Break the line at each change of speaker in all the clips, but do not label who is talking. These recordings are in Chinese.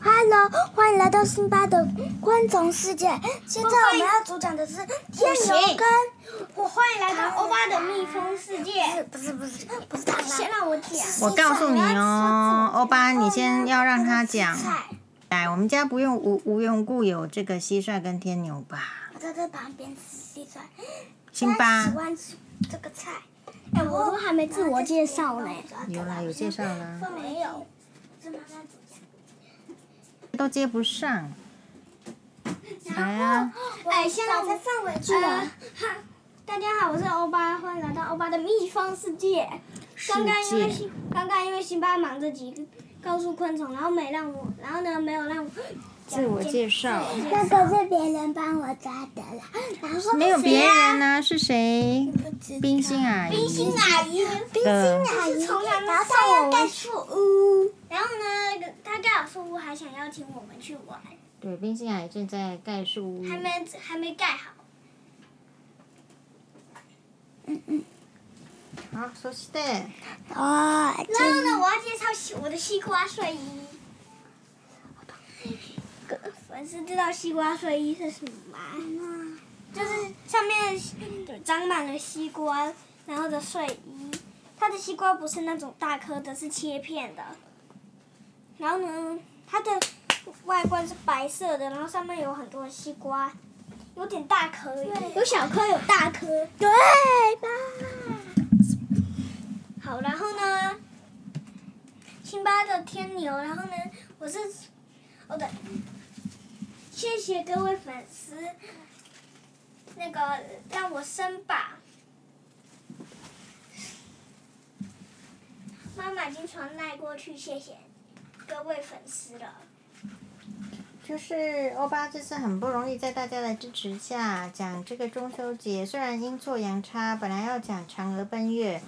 Hello，欢迎来到辛巴的昆虫世界。现在我们要主讲的是天牛跟
我欢迎来到欧巴的蜜蜂世界。
不是不是不是不是螳螂，
先让我讲，
我告诉你哦，欧巴，你先要让他讲。哎
菜，
来，我们家不用无无缘无故有这个蟋蟀跟天牛吧？
我在这旁边吃蟋蟀。
辛
大家
巴
喜，欢吃这个菜。
哎我都还没自我介绍呢
有啦有介绍啦
没有。
是妈妈煮的
都接不上。来啊，
哎先 让我
把它放回去
呃
了。，
哈，大家好，我是欧巴，欢迎来到欧巴的蜜蜂世界。
世
刚刚因为
界
辛，刚刚因为辛巴忙着几个告诉昆虫，然后没让我，然后呢没有让我讲
自我介绍，
那个是别人帮我抓的啦，然后
没有别
谁啊
人呢、是谁？
不知道
冰心阿
冰
姨
心阿姨，
冰
的
心阿姨，
从来没
呃然后
送
她
我
要盖树屋。
然后呢他盖好树屋，还想邀请我们去玩，
对，冰心阿姨正在盖树屋。
还没还没盖好。
好，そして
哦，
然后呢，我要介绍西我的西瓜睡衣。各粉丝知道西瓜睡衣是什么吗？就是上面长满了西瓜，然后的睡衣。它的西瓜不是那种大颗的，是切片的。然后呢，它的外观是白色的，然后上面有很多西瓜，有点大颗，有小颗，有大颗。
对吧？
好，然后呢，辛巴的天牛，然后呢，我是，我的，谢谢各位粉丝，那个让我生吧。妈妈已经传赖过去，谢谢各位粉丝了。
就是欧巴这次很不容易，在大家的支持下讲这个中秋节，虽然阴错阳差，本来要讲嫦娥奔月，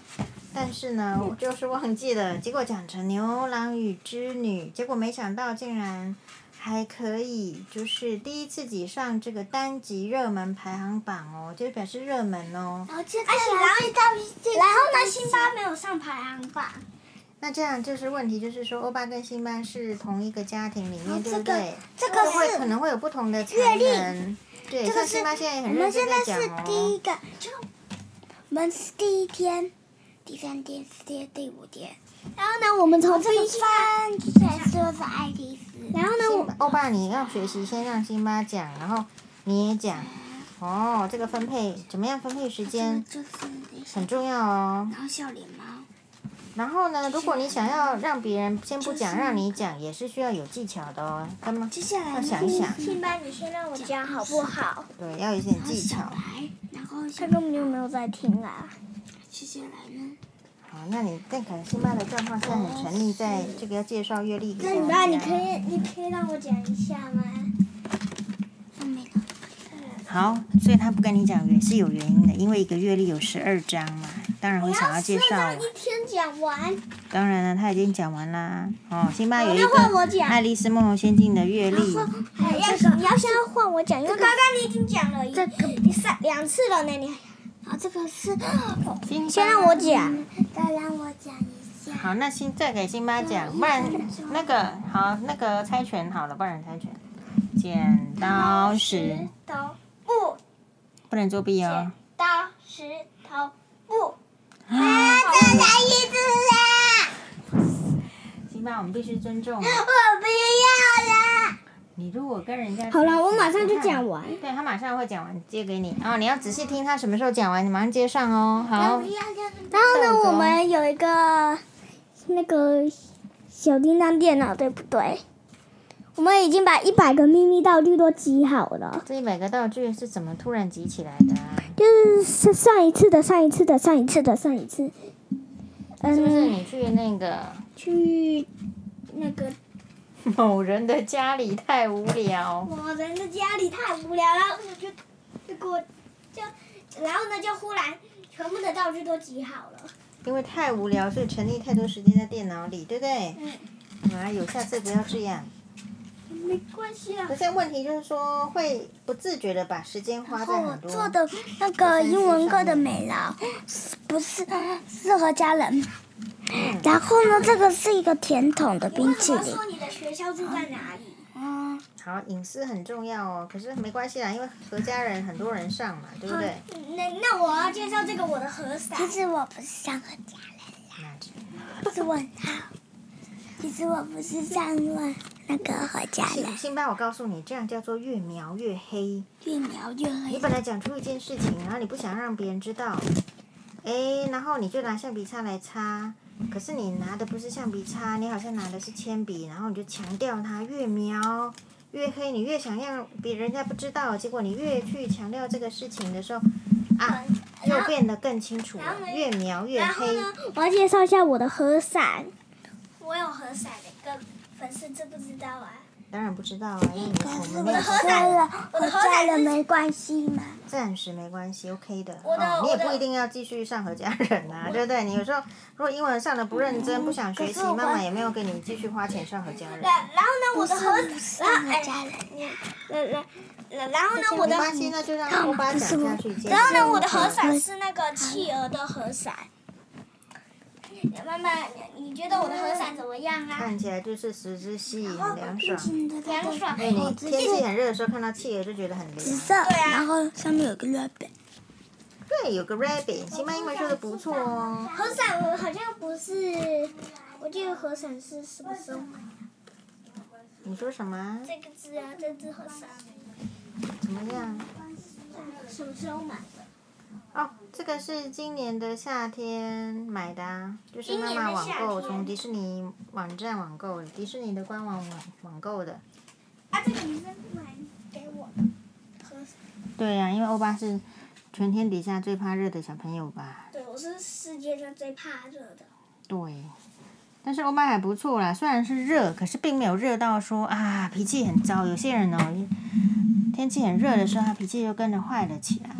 但是呢，我就是忘记了，结果讲成牛郎与织女，结果没想到竟然还可以，就是第一次挤上这个单集热门排行榜哦，就表示热门哦。
然后接
而且然后
到这
然后呢，辛巴没有上排行榜，
那这样就是问题，就是说欧巴跟辛巴是同一个家庭里面，
哦这
对
个
不对？
这个
会
是
可能会有不同的才
阅历
能。对，
这
所
个
以
是
辛巴现在也
我
很认
们现
真
在
在讲
是第一
哦。
个，我们是第一天、第三天、第四天、第五天。
然后呢，我们从这个
第三天就是爱丽丝，
然后呢，
辛
我
巴欧巴，你要学习，先让辛巴讲，然后你也讲。哦，这个分配怎么样？分配时间
就是那些
很重要哦。
然后笑脸猫，
然后呢，如果你想要让别人先不
就是
讲，让你讲，也是需要有技巧的哦。干嘛？
接下来
要
呢
想一想，
辛巴，你先让我讲好不好？
对，要有一点
然后
技
小
巧。
白，然后
他
小
根本就没有在听啊。
接下来呢？
好，那你再看辛巴的状况，现在很沉溺在这个要介绍阅历给
那
大家。
你那你可以，你可以让我讲一下吗？
放没了。
好，所以他不跟你讲也是有原因的，因为一个月历有十二章嘛，当然会想要介
十
绍
二章。
我
一天讲完，
当然了，他已经讲完啦。哦，辛巴有一
那换
个
我
《爱
讲。
丽丝梦游仙境》的阅历，
哎，要
这个
你要先换我讲，因为刚刚你已经讲了一，
这个
你三两次了呢，你
然后这个是，
先
先让我讲。
嗯再让我讲一下。
好，那辛再给辛巴讲，不然那个好，那个猜拳好了，不然猜拳，剪刀石，
头布，
不能作弊
剪。
哦
刀石头布。哎
啊，再来一次啦！
辛巴，我们必须尊重。
我不要啦！
你如果跟人家
好了我马上就讲完
对他马上会讲完，接给你。哦，你要仔细听他什么时候讲完，你马上接上哦。
我
好
不，要这样子
然后
这样子
呢，
哦
我们有一个那个小叮当电脑，对不对？我们已经把一百个秘密道具都集好了。
这一百个道具是怎么突然集起来的啊？
就是上上一次的上一次的上一次的上一次，
是不是
嗯，
你去那个
去那个
某人的家里太无聊？
我人的家里太无聊了，然后我就就给我就然后呢就忽然全部的道具都集好了，
因为太无聊，所以沉溺太多时间在电脑里，对不对？啊，有下次不要这样。
没关系啊啦
可。是问题就是说，会不自觉的把时间花
然
在
后我
很多。
做的那个英文歌的美劳，是不是
嗯
适合家人。然后呢，这个是一个甜筒的冰淇
为什
淋
么要，说你的的学校住在哪里？
嗯，
好，隐私很重要哦。可是没关系啦，因为合家人很多人上嘛，嗯对不对？
那那我要介绍这个我的和伞
其。实我不是上和家人，
那这
是问号。其实我不是上问那个和家
辛
人，
辛巴，我告诉你，这样叫做越描越黑。
越描越
哎你
黑。
本来讲出一件事情，然后你不想让别人知道，诶，然后你就拿橡皮擦来擦，可是你拿的不是橡皮擦，你好像拿的是铅笔，然后你就强调它越描越黑，你越想让别人家不知道，结果你越去强调这个事情的时候，啊，又变得更清楚
嗯然后
了，
呢
越描越
然后
黑。
呢，我要介绍一下我的和伞。我有和伞的，跟粉丝知不知道啊？
当然不知道
哎
啊，因为
可
我
是
们
我
没有
说了，
我
和
的
家人
我的
没关系嘛。
暂时没关系，OK 的。
我的
哦，你也
我的
不一定要继续上和家人啊，对不对？你有时候如果英文上的不认真，不想学
可
嗯
习，
是我
妈妈也没有给你继续花钱上和家人。
然然后呢，
不
我
是
的和哎
不是上和
然
家人，
然然然后呢，我
没
的
关系，那就让欧巴讲下去。接着
然后呢，我的和伞是那个企鹅的和伞。妈妈，你你觉得我的和伞怎么样啊？
看起来就是十只细影
然后
凉爽。
紧着它
凉爽
的
哎，你
脖子
天气很热的时候看到企鹅就觉得很凉
紫。色，
对啊
然后上面有个 rabbit。
对，有个 rabbit，辛巴英文说的不错哦。
和伞我好像不是，我记得和伞是什么时候买的？
你说什么？
这个字啊，这只和伞
怎么样？
什么时候买的？
哦，这个是今年的夏天买的、啊，就是
今
妈
年
妈
的
网
夏
购，
天
从迪士尼网站网购的，迪士尼的官网网网购的。
啊，这个女生买给我的和伞，
对呀、因为欧巴是全天底下最怕热的小朋友吧？
对，我是世界上最怕热的。
对。但是欧巴还不错啦，虽然是热，可是并没有热到说啊脾气很糟。有些人哦，天气很热的时候，他脾气就跟着坏了起来。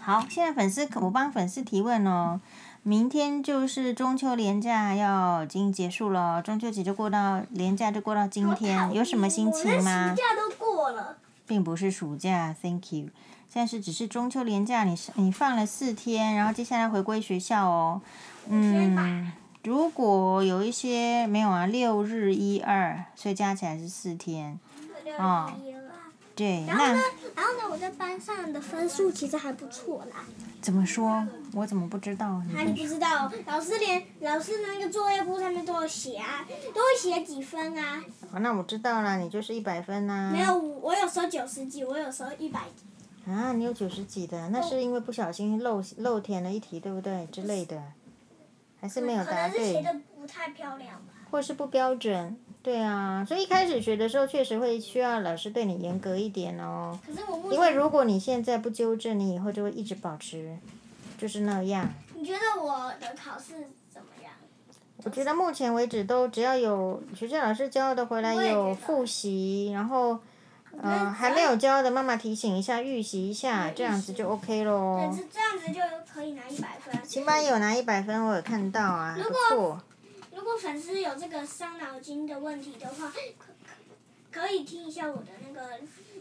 好，现在粉丝我帮粉丝提问哦。明天就是中秋连假要已经结束了，中秋节就过到连假就过到今天，有什么心
我
情吗？
那暑假都过了，
并不是暑假，Thank you。现在是只是中秋连假，你是你放了四天，然后接下来回归学校哦。
天吧
嗯，如果有一些没有啊，六日一二，所以加起来是四天。
六
哦
一了。
对，
然后呢
那，
然后呢，我在班上的分数其实还不错啦。
怎么说？我怎么不知道？
啊，你不知道，老师连老师的那个作业簿上面都有写啊，都会写几分啊。
哦那我知道啦，你就是一百分啊呐、
没有，我有时候九十几，我有时候一百几。
啊，你有九十几的，那是因为不小心漏漏填了一题，对不对？之类的，还是没有
可
答
能是写
对。
的不太漂亮吧。
或是不标准。对啊，所以一开始学的时候确实会需要老师对你严格一点哦，
可是我目
因为
前，
如果你现在不纠正，你以后就会一直保持就是那样。
你觉得我的考试怎么样？
我觉得目前为止都只要有学校老师教的回来
我也觉得
有复习，然后
觉
呃
得
还没有教的妈妈提醒一下预习一下，
对
这样
预
子
习
就 OK 咯。
是这样子就可以拿一百分。啊
辛巴也哦有拿一百分，我有看到啊，
如
不
果
错。
如果粉丝有这个伤脑筋的问题的话，可可可以听一下我的那个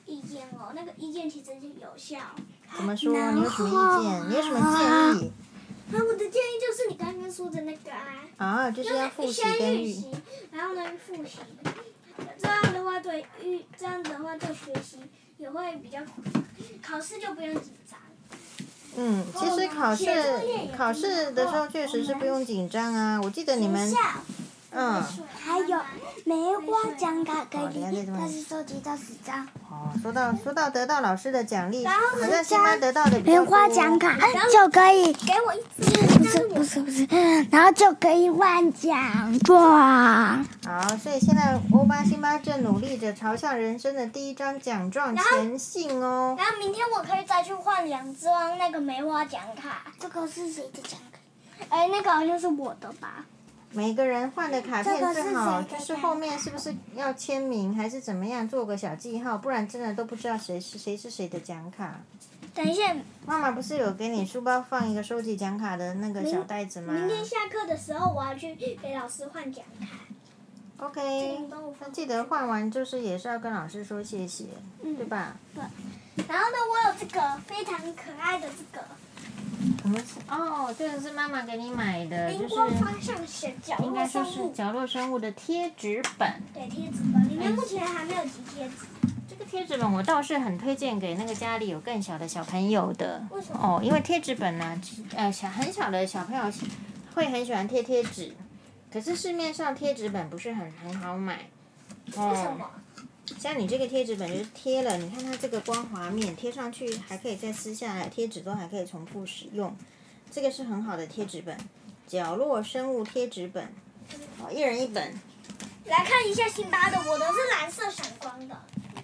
意见哦，那个意见其实是有效。
怎么说？
然
你有什么意
后
见？你有什
啊
么建议？
那我的建议就是你刚刚说的那个啊，
啊，就
就是
要复习
先
跟
预
预
习，然后呢复习，这样的话对预这样的话对学习也会比较，考试就不用紧张。
嗯，其实考试
写作业也不
考试的时候确实是不用紧张啊。我记得你们
学校
嗯，
还有梅花奖卡给
好等一下再
你，
问
但是收集到十张。
哦，说到说到得到老师的奖励，
然后
好
呢
像辛巴得到的比
梅
较多
花奖卡就可以，
给我一
不是不是不是，然后就可以换奖状。
好，所以现在欧巴辛巴正努力着朝向人生的第一张奖状前进哦。
然后明天我可以再去换两张那个梅花奖卡，
这个是谁的奖卡？
哎，那个好像是我的吧？
每个人换的卡
这
片
个是
最好
谁的
就是
奖
后面是不是要签名还是怎么样，做个小记号，不然真的都不知道谁是谁是谁的奖卡。
等一下，
妈妈不是有给你书包放一个收集奖卡的那个小袋子吗？
明天下课的时候我要去给老师换奖卡。
OK，
你帮我放
哎那记得换完就是也是要跟老师说谢谢，
嗯
对吧？
然后呢，我有这个非常可爱的这个，
我们是哦，这个是妈妈给你买的，呃就
荧
是
光方向是角
应
落
该说
生
是
物，
角落生物的贴纸本。
对贴纸本，里面目前还没有集贴纸。
这个贴纸本我倒是很推荐给那个家里有更小的小朋友的
为什么
哦，因为贴纸本呢、其呃，小很小的小朋友喜会很喜欢贴贴纸，可是市面上贴纸本不是很很好买。哦、
为什么？
像你这个贴纸本就是贴了，你看它这个光滑面贴上去还可以再撕下来，贴纸都还可以重复使用，这个是很好的贴纸本。角落生物贴纸本，
嗯
哦，一人一本。
来看一下辛巴的，我的是蓝色闪光的。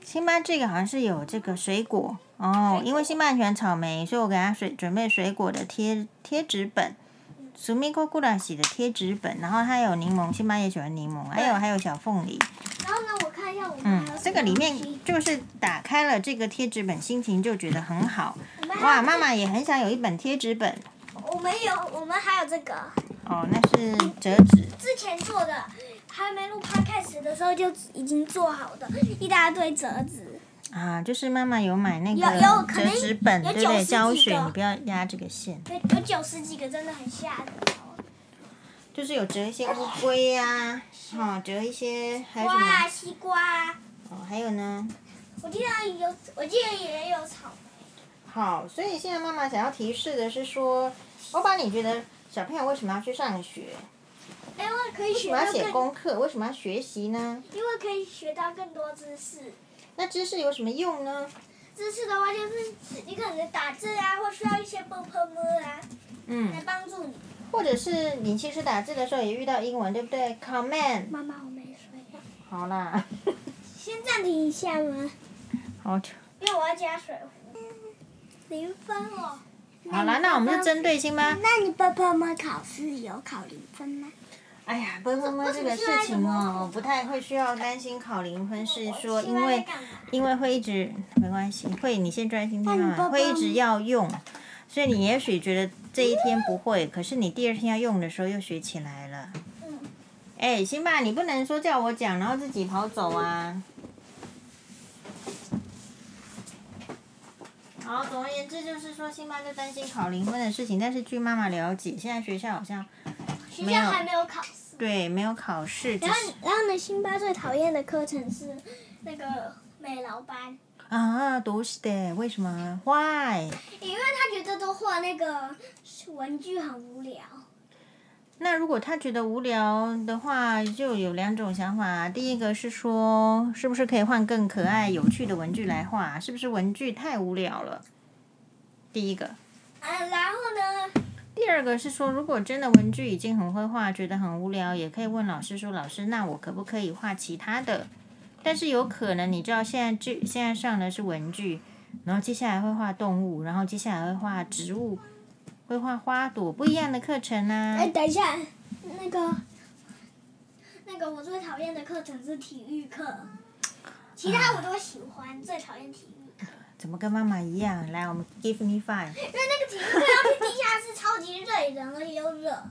辛巴这个好像是有这个水果哦，因为辛巴很喜欢草莓，所以我给他水准备水果的贴贴纸本。苏米哥古拉喜的贴纸本，然后它有柠檬，辛巴也喜欢柠檬，还有还有小凤梨，
然后呢，我看一下我们
嗯
还有，什
这
么
个里面
东西
就是打开了这个贴纸本，心情就觉得很好。
我们还有
哇，
这
妈妈也很想有一本贴纸本
我们有，我们还有这个
哦，那是折纸。
之前做的，还没录 podcast 的时候就已经做好的一大堆折纸。
啊，就是妈妈有买那
有有
个
可能
折纸本，
有
对不对？
90
教
几
学
个
你不要压这个线，
有有九十几个，真的很吓人哦。
就是有折一些乌龟呀、哈、折一些还有什
哇，
么？
西瓜！
哦，还有呢？
我记得有，我记得也有草
好，所以现在妈妈想要提示的是说，欧巴，你觉得小朋友为什么要去上学？
莓。哎，我可以
为什
学
么要
到
写
更，
功课？为什么要学习呢？
因为可以学到更多知识。
那知识有什么用呢？
知识的话，就是你可能打字啊，或需要一些 b p m 啊，
嗯
来，帮助你。
或者是你其实打字的时候也遇到英文，对不对？Comment，
妈妈，我没睡。
好啦，
先暂停一下吗？
好。
因为我要加水壶。零分哦。
好啦，那我们就针对性吧。
那你爸爸妈妈考试有考零分吗？
哎呀，不不不，这个事情哦，我不太会需要担心考零分，是说因为因为会一直没关系，会你先专心听
那
妈
嗯
你爸
妈，
爸
会一直要用，所以你也许觉得这一天不会，可是你第二天要用的时候又学起来了。
嗯
哎，辛巴，你不能说叫我讲，然后自己跑走啊。好，总而言之就是说，辛巴就担心考零分的事情，但是据妈妈了解，现在学校好像
学
没
校
有
还没有考试。
对没有考试，只
然后
是，
然后呢？辛巴最讨厌的课程是
嗯
那个美劳班，
啊，都是的，为什么？Why？
因为他觉得都画那个文具很无聊。
那如果他觉得无聊的话，就有两种想法。啊第一个是说，是不是可以换更可爱、有趣的文具来画？是不是文具太无聊了？第一个。
啊，然后呢？
第二个是说，如果真的文具已经很会画，觉得很无聊，也可以问老师说：“老师，那我可不可以画其他的？”但是有可能，你知道现在这现在上的是文具，然后接下来会画动物，然后接下来会画植物，会画花朵，不一样的课程啊。
哎，等一下，那个，那个我最讨厌的课程是体育课，其他我都喜欢，最讨厌体育课，
怎么跟妈妈一样？来，我们 give me five。
因为那个体育课要去地下室，超级累人，而且又热，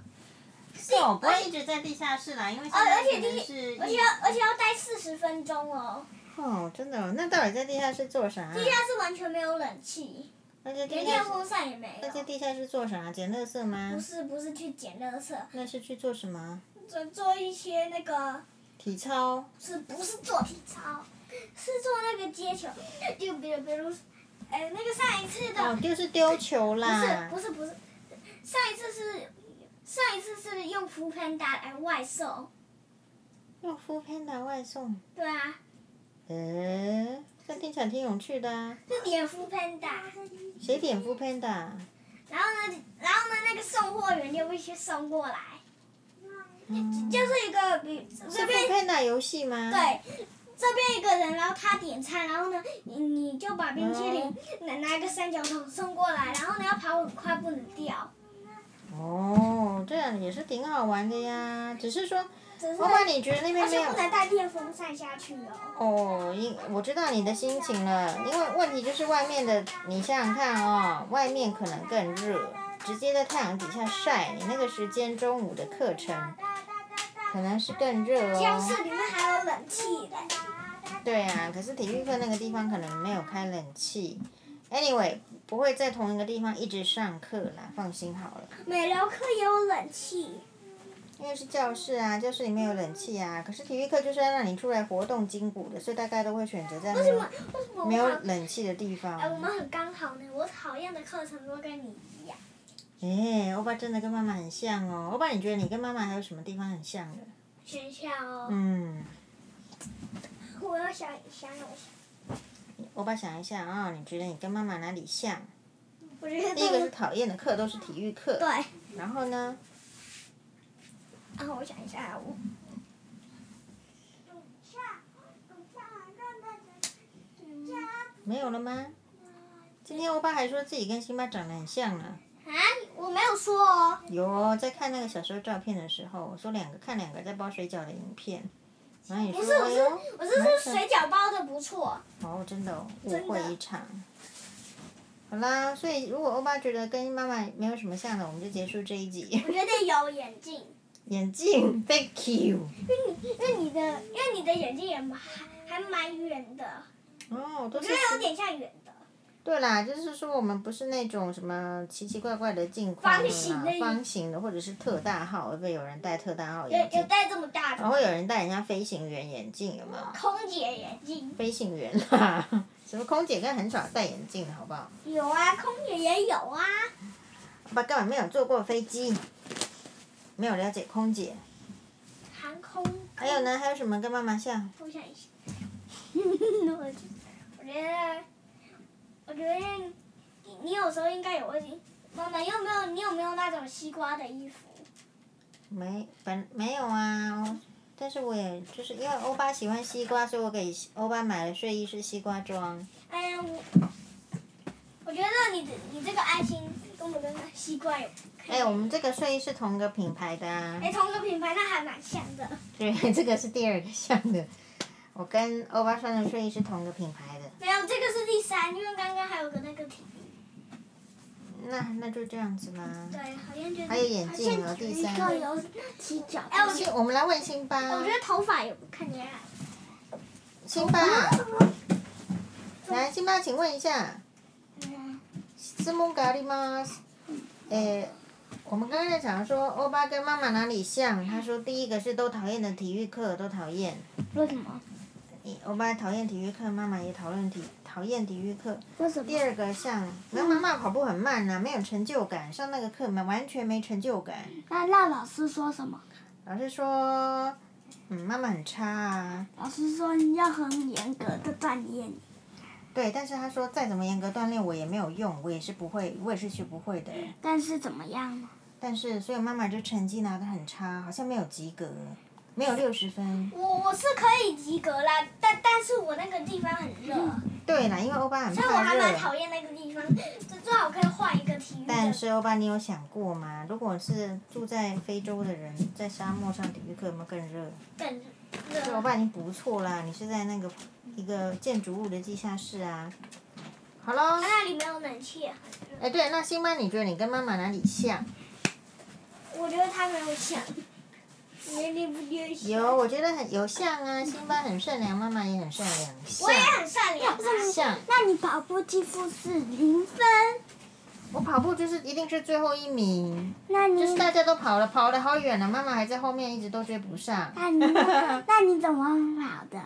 是我不会一直在地下室啦，因为现
而
在
而且
可
地
能是
而且要而且要待四十分钟哦，
哦，真的哦、那到底在地下室做啥、
地下室完全没有冷气，
那在
连
地下
电
室，
风扇也没
那在
有。
地下室做啥？捡垃圾吗
不？是不是去捡垃圾，
那是去做什么？
做做一些那个
体操？
是不是做体操，是做那个接球，就比如比如，哎，那个上一次的。
哦，就是丢球啦。
不是不是不是，上一次是上一次是用福盘打来外送，
用 f 片打外送。
对啊，
嗯，这听起来挺有趣的啊。
是点福盘打。
谁点 f 片打？
然后呢，然后呢，那个送货员就必须送过来，就就是一个比
嗯是
这
f
边
片打游戏吗？。
对。这边一个人，然后他点餐，然后呢，你你就把冰淇淋
嗯
拿拿一个三角桶送过来，然后呢要跑很快，不能掉。
哦，这样也是挺好玩的呀。只是说，
只是
妈妈，你觉啊得那边
而
没
且
有
不？能带电风扇下去哦。
哦，因我知道你的心情了，因为问题就是外面的，你想想看哦，外面可能更热，直接在太阳底下晒，你那个时间中午的课程可能是更热
教室
哦。
里面还有冷气的。
对啊，可是体育课那个地方可能没有开冷气， Anyway，不会在同一个地方一直上课啦，放心好了。
美疗课也有冷气，
因为是教室啊，教室里面有冷气啊，可是体育课就是要让你出来活动筋骨的，所以大概都会选择在
为
没
什
有
么为什么我
没有
们
冷气的地方。
哎、我们很刚好呢？我讨厌的课程都跟你一样。
哎，欧巴真的跟妈妈很像哦。欧巴，你觉得你跟妈妈还有什么地方很像的？
学校哦，
嗯，
我要想想一想，
欧巴想一下啊、你觉得你跟妈妈哪里像？
我觉得
第一个是讨厌的课都是体育课
对，，
然后呢，
然啊后我想一下，我
没有了吗？今天欧巴还说自己跟辛巴长得很像呢。
啊，我没有说哦，
有哦，在看那个小时候照片的时候，我说两个看两个在包水饺的影片，然后你
不
说
是，我
哎
是
呦，
我是说水饺包的不错，
哦，真的、哦、误
真的
会一场。好啦，所以如果欧巴觉得跟妈妈没有什么像的，我们就结束这一集。
我觉得有眼镜，
眼镜，Thank you。
因为你因为你的因为你的眼镜也蛮还蛮圆的，
哦，
我
都
觉
是
得有点像圆的，
对啦，就是说我们不是那种什么奇奇怪怪的镜框啦
方形的
方形的，或者是特大号，会不会有人戴特大号眼
有有
镜？
戴哦这么大
然后有
的，
人戴人家飞行员眼镜，有没有？
空姐眼镜
飞行员啦， 什么空姐跟很少戴眼镜的好不好？
有啊，空姐也有啊，
爸爸根本没有坐过飞机，没有了解空姐。
航空，
还有呢？还有什么跟妈妈像？
我想一下， 我觉我觉得，我觉得你你有时候应该也会，妈妈你有没有你有没有那种西瓜的衣服？
没，本没有啊。我但是我也就是因为欧巴喜欢西瓜，所以我给欧巴买了睡衣是西瓜装。
哎呀，我我觉得你的你这个爱心跟我的西瓜有，
哎，我们这个睡衣是同个品牌的啊。
哎同一个品牌，那还蛮像的。
对， 这个是第二个像的。我跟欧巴穿的睡衣是同个品牌的。
没有，这个是第三，因为刚刚还有个那个体育，
那那就这样子吧。
对，好像就是
还有眼镜哦，第三。
一个有踢脚，
哎，我觉
辛我们来问辛巴。
我觉得头发也不看啊起来，
辛巴，来，辛巴，请问一下，
嗯，
斯蒙咖喱吗？诶，我们刚刚在讲说欧巴跟妈妈哪里像？他说第一个是都讨厌的体育课，都讨厌。
为什么？
你欧巴讨厌体育课，妈妈也讨厌体讨厌体育课。
为什
第
么？
二个像，那妈妈跑步很慢呐、没有成就感，上那个课嘛完全没成就感。
那那老师说什么？
老师说，嗯，妈妈很差啊。
老师说你要很严格的锻炼。
对，但是他说再怎么严格锻炼我也没有用，我也是不会，我也是学不会的。
但是怎么样呢？
但是所以妈妈就成绩拿得很差，好像没有及格，没有六十分。
我我是可以及格啦，但但是我那个地方很热。
对啦，因为欧巴很
所以我
怕
还蛮
热。
讨厌那个地方，就最好可以换一个体育
但
的。
是欧巴，你有想过吗？如果是住在非洲的人，在沙漠上体育课有没有更热？
更
对，我
热。
爸已经不错啦，你是在那个一个建筑物的地下室啊。好
它，
喽
那里没有冷气，啊很热。
哎对，那辛巴，你觉得你跟妈妈哪里像？
我觉得它没有想，你你不觉得？
有，我觉得很有像啊，辛巴很善良，妈妈也很善良，
我也
像
很善良啊。
像。
那你跑步几乎是零分，
我跑步就是一定是最后一名，
那你
就是大家都跑了，跑了好远了，妈妈还在后面一直都追不上。
那你 那你怎么跑的？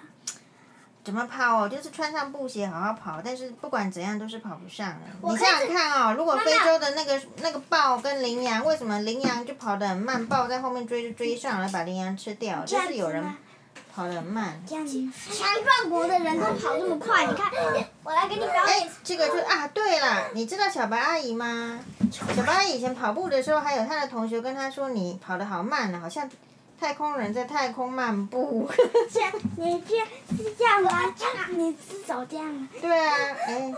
怎么跑哦？就是穿上布鞋好好跑，但是不管怎样都是跑不上的。
我
你
可以
想想看哦，如果
妈妈
非洲的那个那个豹跟羚羊，为什么羚羊就跑得很慢，豹在后面追就追上了，把羚羊吃掉？
这
就
样
是有
子
人
吗？
跑得很慢。
这样子吗。
强壮国的人都跑这么快，你看，我来给你表
哎
演。，
这个就啊，对了，你知道小白阿姨吗？小白阿姨以前跑步的时候，还有她的同学跟她说：“你跑得好慢啊，好像太空人在太空漫步。
这样你这样是这样吗？你是走这样吗？”
对啊，哎，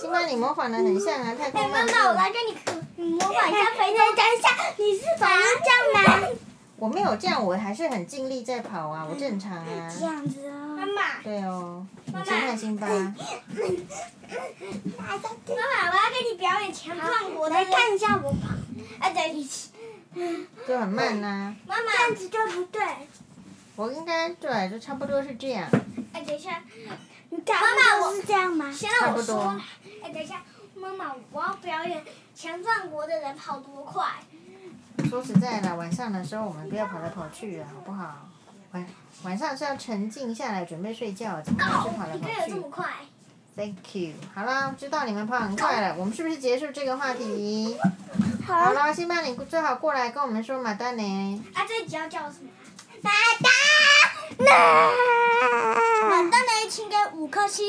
辛巴你模仿的很像啊，太
哎，
空
妈
漫步。
妈，我来给你你模仿一下肥
哎
牛。
等一下，你是怎么这样吗？
我没有这样，我还是很尽力在跑啊，我正常啊。
这样子
妈
哦。
妈，
对哦，你
妈妈
先看辛
哎
巴。
大家听
妈妈，我要给你表演强壮国
我
的
来
人。
看一下我跑，
哎，等一下，
就很慢呐、
妈妈
这，样子对不对？
我我应该对，就差不多是这样。
哎，等一下，
妈妈，我是这样吗？
先让我
差不多
说。哎，等一下，妈妈，我要表演强壮国的人跑多快。
说实在的，晚上的时候我们不要跑来跑去啊的，好不好？晚晚上是要沉静下来准备睡觉，怎么老是跑
哦
来
你
跑
可以有这
去
么快？
？Thank you。好啦，知道你们跑很快了，我们是不是结束这个话题？
好
好，啦，辛巴，你最好过来跟我们说马丹呢。
啊，这一集要叫什么？啊
马达，
满蛋的，请给五颗星。